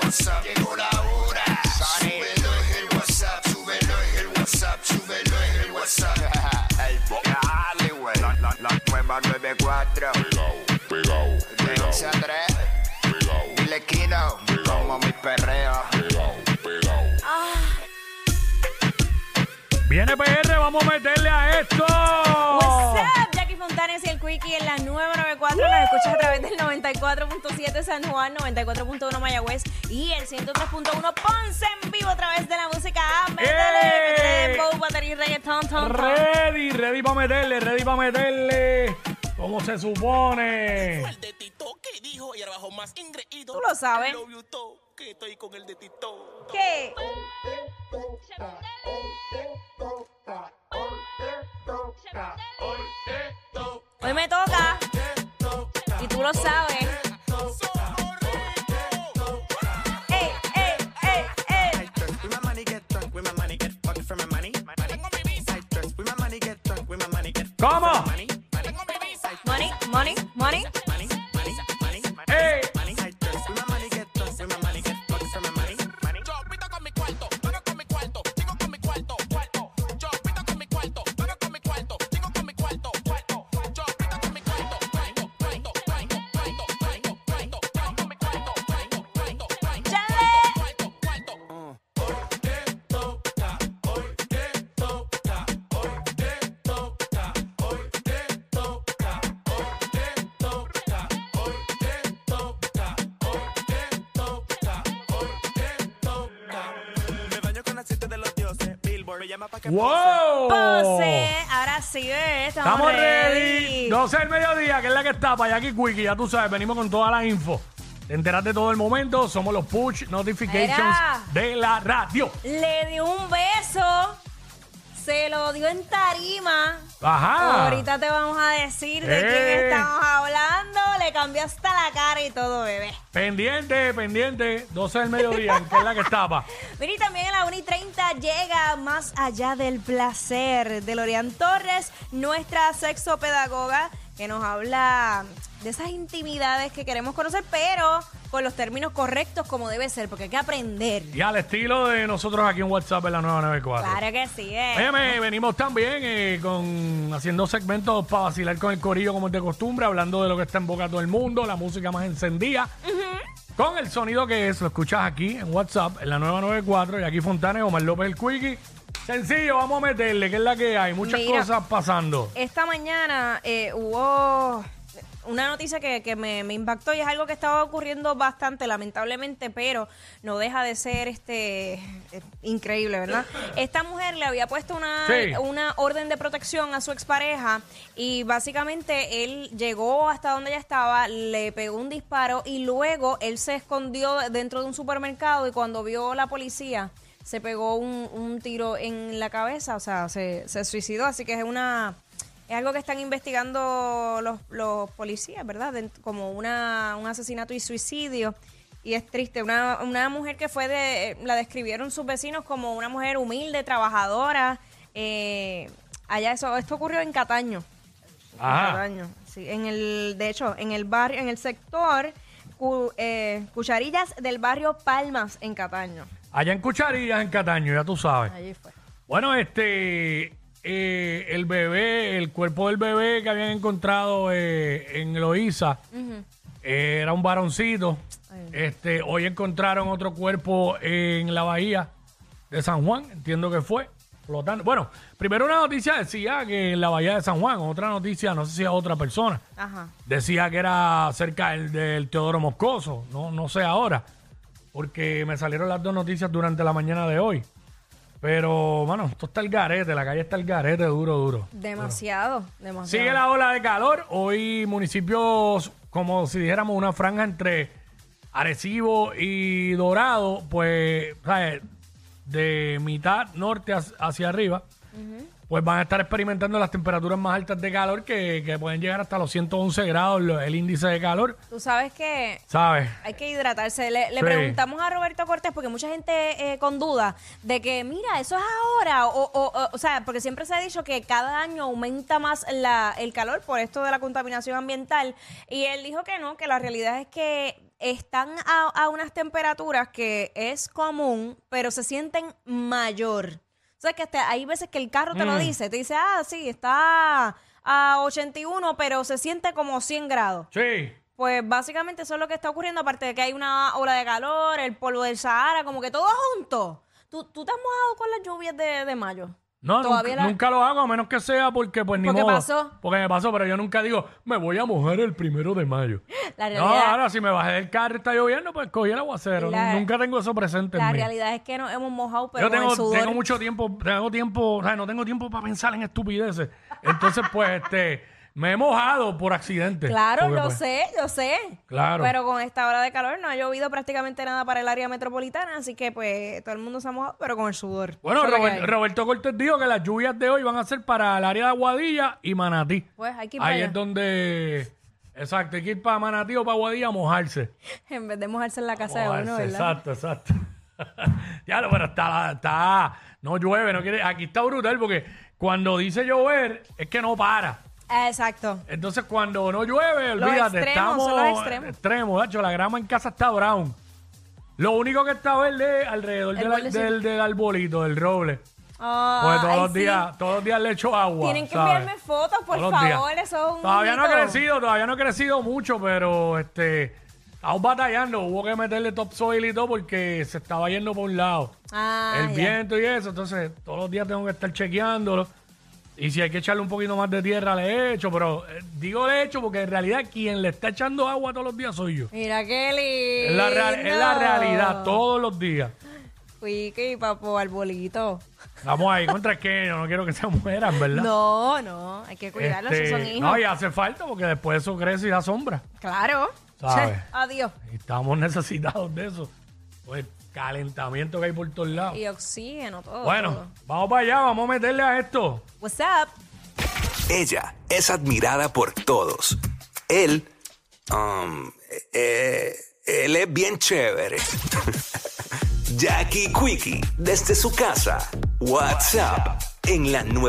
WhatsApp. Llegó la hora. Súbelo es el WhatsApp. Súbelo es el WhatsApp. Súbelo es el WhatsApp. El Dale, güey. La, la, la nueva 94. pegao, De 11 a 3. pegao, Dile Kino. Como mi perreo. pegao, pegao. Viene PR, vamos a meterle a esto. Oh. What's up? Jackie Fontanes y el Quickie en la 994. Nos escuchas a través del 94.7 San Juan, 94.1 Mayagüez y el 103.1 Ponce en vivo a través de la música. app. ¡Eh! Métele, Bow, Batería y Reggaetón, tom, tom. Ready, ready para meterle, ready para meterle. ¿Cómo se supone? Pues el de Tito que dijo y ahora bajo más ingreído. Tú lo sabes. Lo vio todo, que estoy con el de Tito. ¿Qué? Hoy me toca. Y tú lo sabes. Ey, ey, ey, ey. ¿Cómo? Money, money, money. ¡Eh! Yo pito con mi cuarto, pago con mi cuarto, sigo con mi cuarto, cuarto. Yo pito con mi cuarto, pago con mi cuarto, sigo con mi cuarto, cuarto. Yo pito con mi cuarto, cuarto, cuarto, cuarto, cuarto, cuarto, cuarto, cuarto, con mi cuarto, cuarto, cuarto, cuarto, Chale. cuarto, cuarto. Me baño con aceite de los dioses. Billboard me llama pa' que ¡Wow! Pose. Ahora sí, bebé. Estamos, Oh. Estamos ready. 12 del mediodía, que es la que está para aquí Quickie, ya tú sabes, venimos con toda la info. Te enteras de todo el momento, somos los push notifications Mira. de la radio. Le dio un beso. Se lo dio en tarima. Ajá. Ahorita te vamos a decir de Ah. Eh. quién estamos hablando. Le cambió hasta la cara y todo, bebé. Pendiente, pendiente, 12 del mediodía, que es la que está para. Mira, y también a la 1 y 30 llega Más Allá del Placer de Lorian Torres, nuestra sexopedagoga, que nos habla de esas intimidades que queremos conocer, pero con los términos correctos como debe ser, porque hay que aprender. Y al estilo de nosotros aquí en WhatsApp en la 994. Claro que sí, eh. Óyeme, venimos también eh, con haciendo segmentos para vacilar con el corillo como es de costumbre, hablando de lo que está en boca de todo el mundo, la música más encendida. Con el sonido que es, lo escuchas aquí en WhatsApp, en la nueva 94, y aquí Fontanes, Omar López el Quickie. Sencillo, vamos a meterle, que es la que hay, muchas Mira. Eh, cosas pasando. Esta mañana eh, hubo una noticia que, que me, me impactó y es algo que estaba ocurriendo bastante, lamentablemente, pero no deja de ser este eh, increíble, ¿verdad? Esta mujer le había puesto una, Sí. una orden de protección a su expareja y básicamente él llegó hasta donde ella estaba, le pegó un disparo y luego él se escondió dentro de un supermercado y cuando vio la policía se pegó un, un tiro en la cabeza, o sea, se, se suicidó, así que es una... Es algo que están investigando los, los policías, ¿verdad? Dent- Como una, un asesinato y suicidio. Y es triste, una, una mujer que fue de, eh, la describieron sus vecinos como una mujer humilde, trabajadora. eh, allá eso, esto ocurrió en Cataño. En Ajá. Cataño, sí, en el, de hecho, en el barrio, en el sector cu- eh, Cucharillas del barrio Palmas en Cataño. Allá en Cucharillas, en Cataño, ya tú sabes. Allí fue. Bueno, este, eh, el bebé, el cuerpo del bebé que habían encontrado eh, en Loíza, eh, era un varoncito. Este, hoy encontraron otro cuerpo en la bahía de San Juan, entiendo que fue. Flotando. Bueno, primero una noticia decía que en la bahía de San Juan, otra noticia, no sé si es otra persona, Ajá. decía que era cerca del, del Teodoro Moscoso, no, no sé ahora, porque me salieron las dos noticias durante la mañana de hoy. Pero, mano, esto está el garete, la calle está el garete duro, duro. Demasiado, demasiado. Sigue la ola de calor. Hoy municipios, como si dijéramos una franja entre Arecibo y Dorado, pues, ¿sabes? de mitad norte hacia, hacia arriba, pues van a estar experimentando las temperaturas más altas de calor que, que pueden llegar hasta los 111 grados, lo- el índice de calor, Tú sabes que ¿sabes? Hay que hidratarse. Le, le Sí. preguntamos a Roberto Cortés porque mucha gente eh, con duda de que, mira, eso es ahora. O, o, o, o sea, porque siempre se ha dicho que cada año aumenta más la, el calor por esto de la contaminación ambiental. Y él dijo que no, que la realidad es que están a, a unas temperaturas que es común, pero se sienten mayor. O sea, que hasta hay veces que el carro te lo dice, te dice, ah, sí, está a 81, pero se siente como 100 grados. Sí. Pues básicamente eso es lo que está ocurriendo, aparte de que hay una ola de calor, el polvo del Sahara, como que todo junto. ¿Tú, tú te has mojado con las lluvias de, de mayo? No, Todavía nunca, la- nunca lo hago a menos que sea porque pues ni Porque modo. pasó. Porque me pasó, pero yo nunca digo, me voy a mojar el primero de mayo. La No, realidad, ahora si me bajé del carro y está lloviendo, pues cogí el aguacero. La- Nunca tengo eso presente en la mí. realidad es que nos hemos mojado, Pues Yo pero con el tengo, sudor. tengo mucho tiempo, tengo tiempo, o sea, no tengo tiempo para pensar en estupideces. Entonces, pues, este, me he mojado por accidente. Claro, Porque, yo pues, sé, yo sé. Claro. Pero con esta hora de calor no ha llovido prácticamente nada para el área metropolitana, así que pues todo el mundo se ha mojado, pero con el sudor. Bueno, Eso es lo que Robert- hay. Roberto Cortés dijo que las lluvias de hoy van a ser para el área de Aguadilla y Manatí. Pues, hay que ir para Ahí allá. es donde, exacto, hay que ir para Manatí o para Aguadilla a mojarse. En vez de mojarse en la casa de Mojarse, uno, ¿verdad? exacto, exacto. ya lo, pero está, la- está, no llueve, no quiere, aquí está brutal porque cuando dice llover es que no para. Ah, Exacto. Entonces, cuando no llueve, Los olvídate, extremos, estamos son los extremos. extremos, dacho, la grama en casa está brown. Lo único que está verde es alrededor El del- borde, sí. del, del arbolito, del roble. Ah, Porque Pues todos ay, los sí. días, todos los días le echo agua. Tienen que ¿sabes? enviarme fotos, por Todos los favor, días. eso es un Todavía no ha mito. crecido, todavía no ha crecido mucho, pero este aún batallando, hubo que meterle topsoil y todo porque se estaba yendo por un lado. Ah, el ya. viento y eso, entonces todos los días tengo que estar chequeándolo. Y si hay que echarle un poquito más de tierra, le echo, pero eh, digo le echo porque en realidad quien le está echando agua todos los días soy yo. Mira qué lindo. Es la, real- es la realidad, todos los días. Cuique y papo, arbolito. Vamos ahí, contra es que yo no quiero que se mueran, ¿verdad? No, no, hay que cuidarlos, Este, esos son hijos. No, y hace falta porque después eso crece y da sombra. Claro. ¿Sabes? Adiós. Y Estamos necesitados de eso. Pues el calentamiento que hay por todos lados. Y oxígeno, todo. Bueno, todo. vamos para allá, vamos a meterle a esto. What's up? Ella es admirada por todos. Él, um, eh, él es bien chévere. Jackie Quickie, desde su casa. WhatsApp, en la nueva.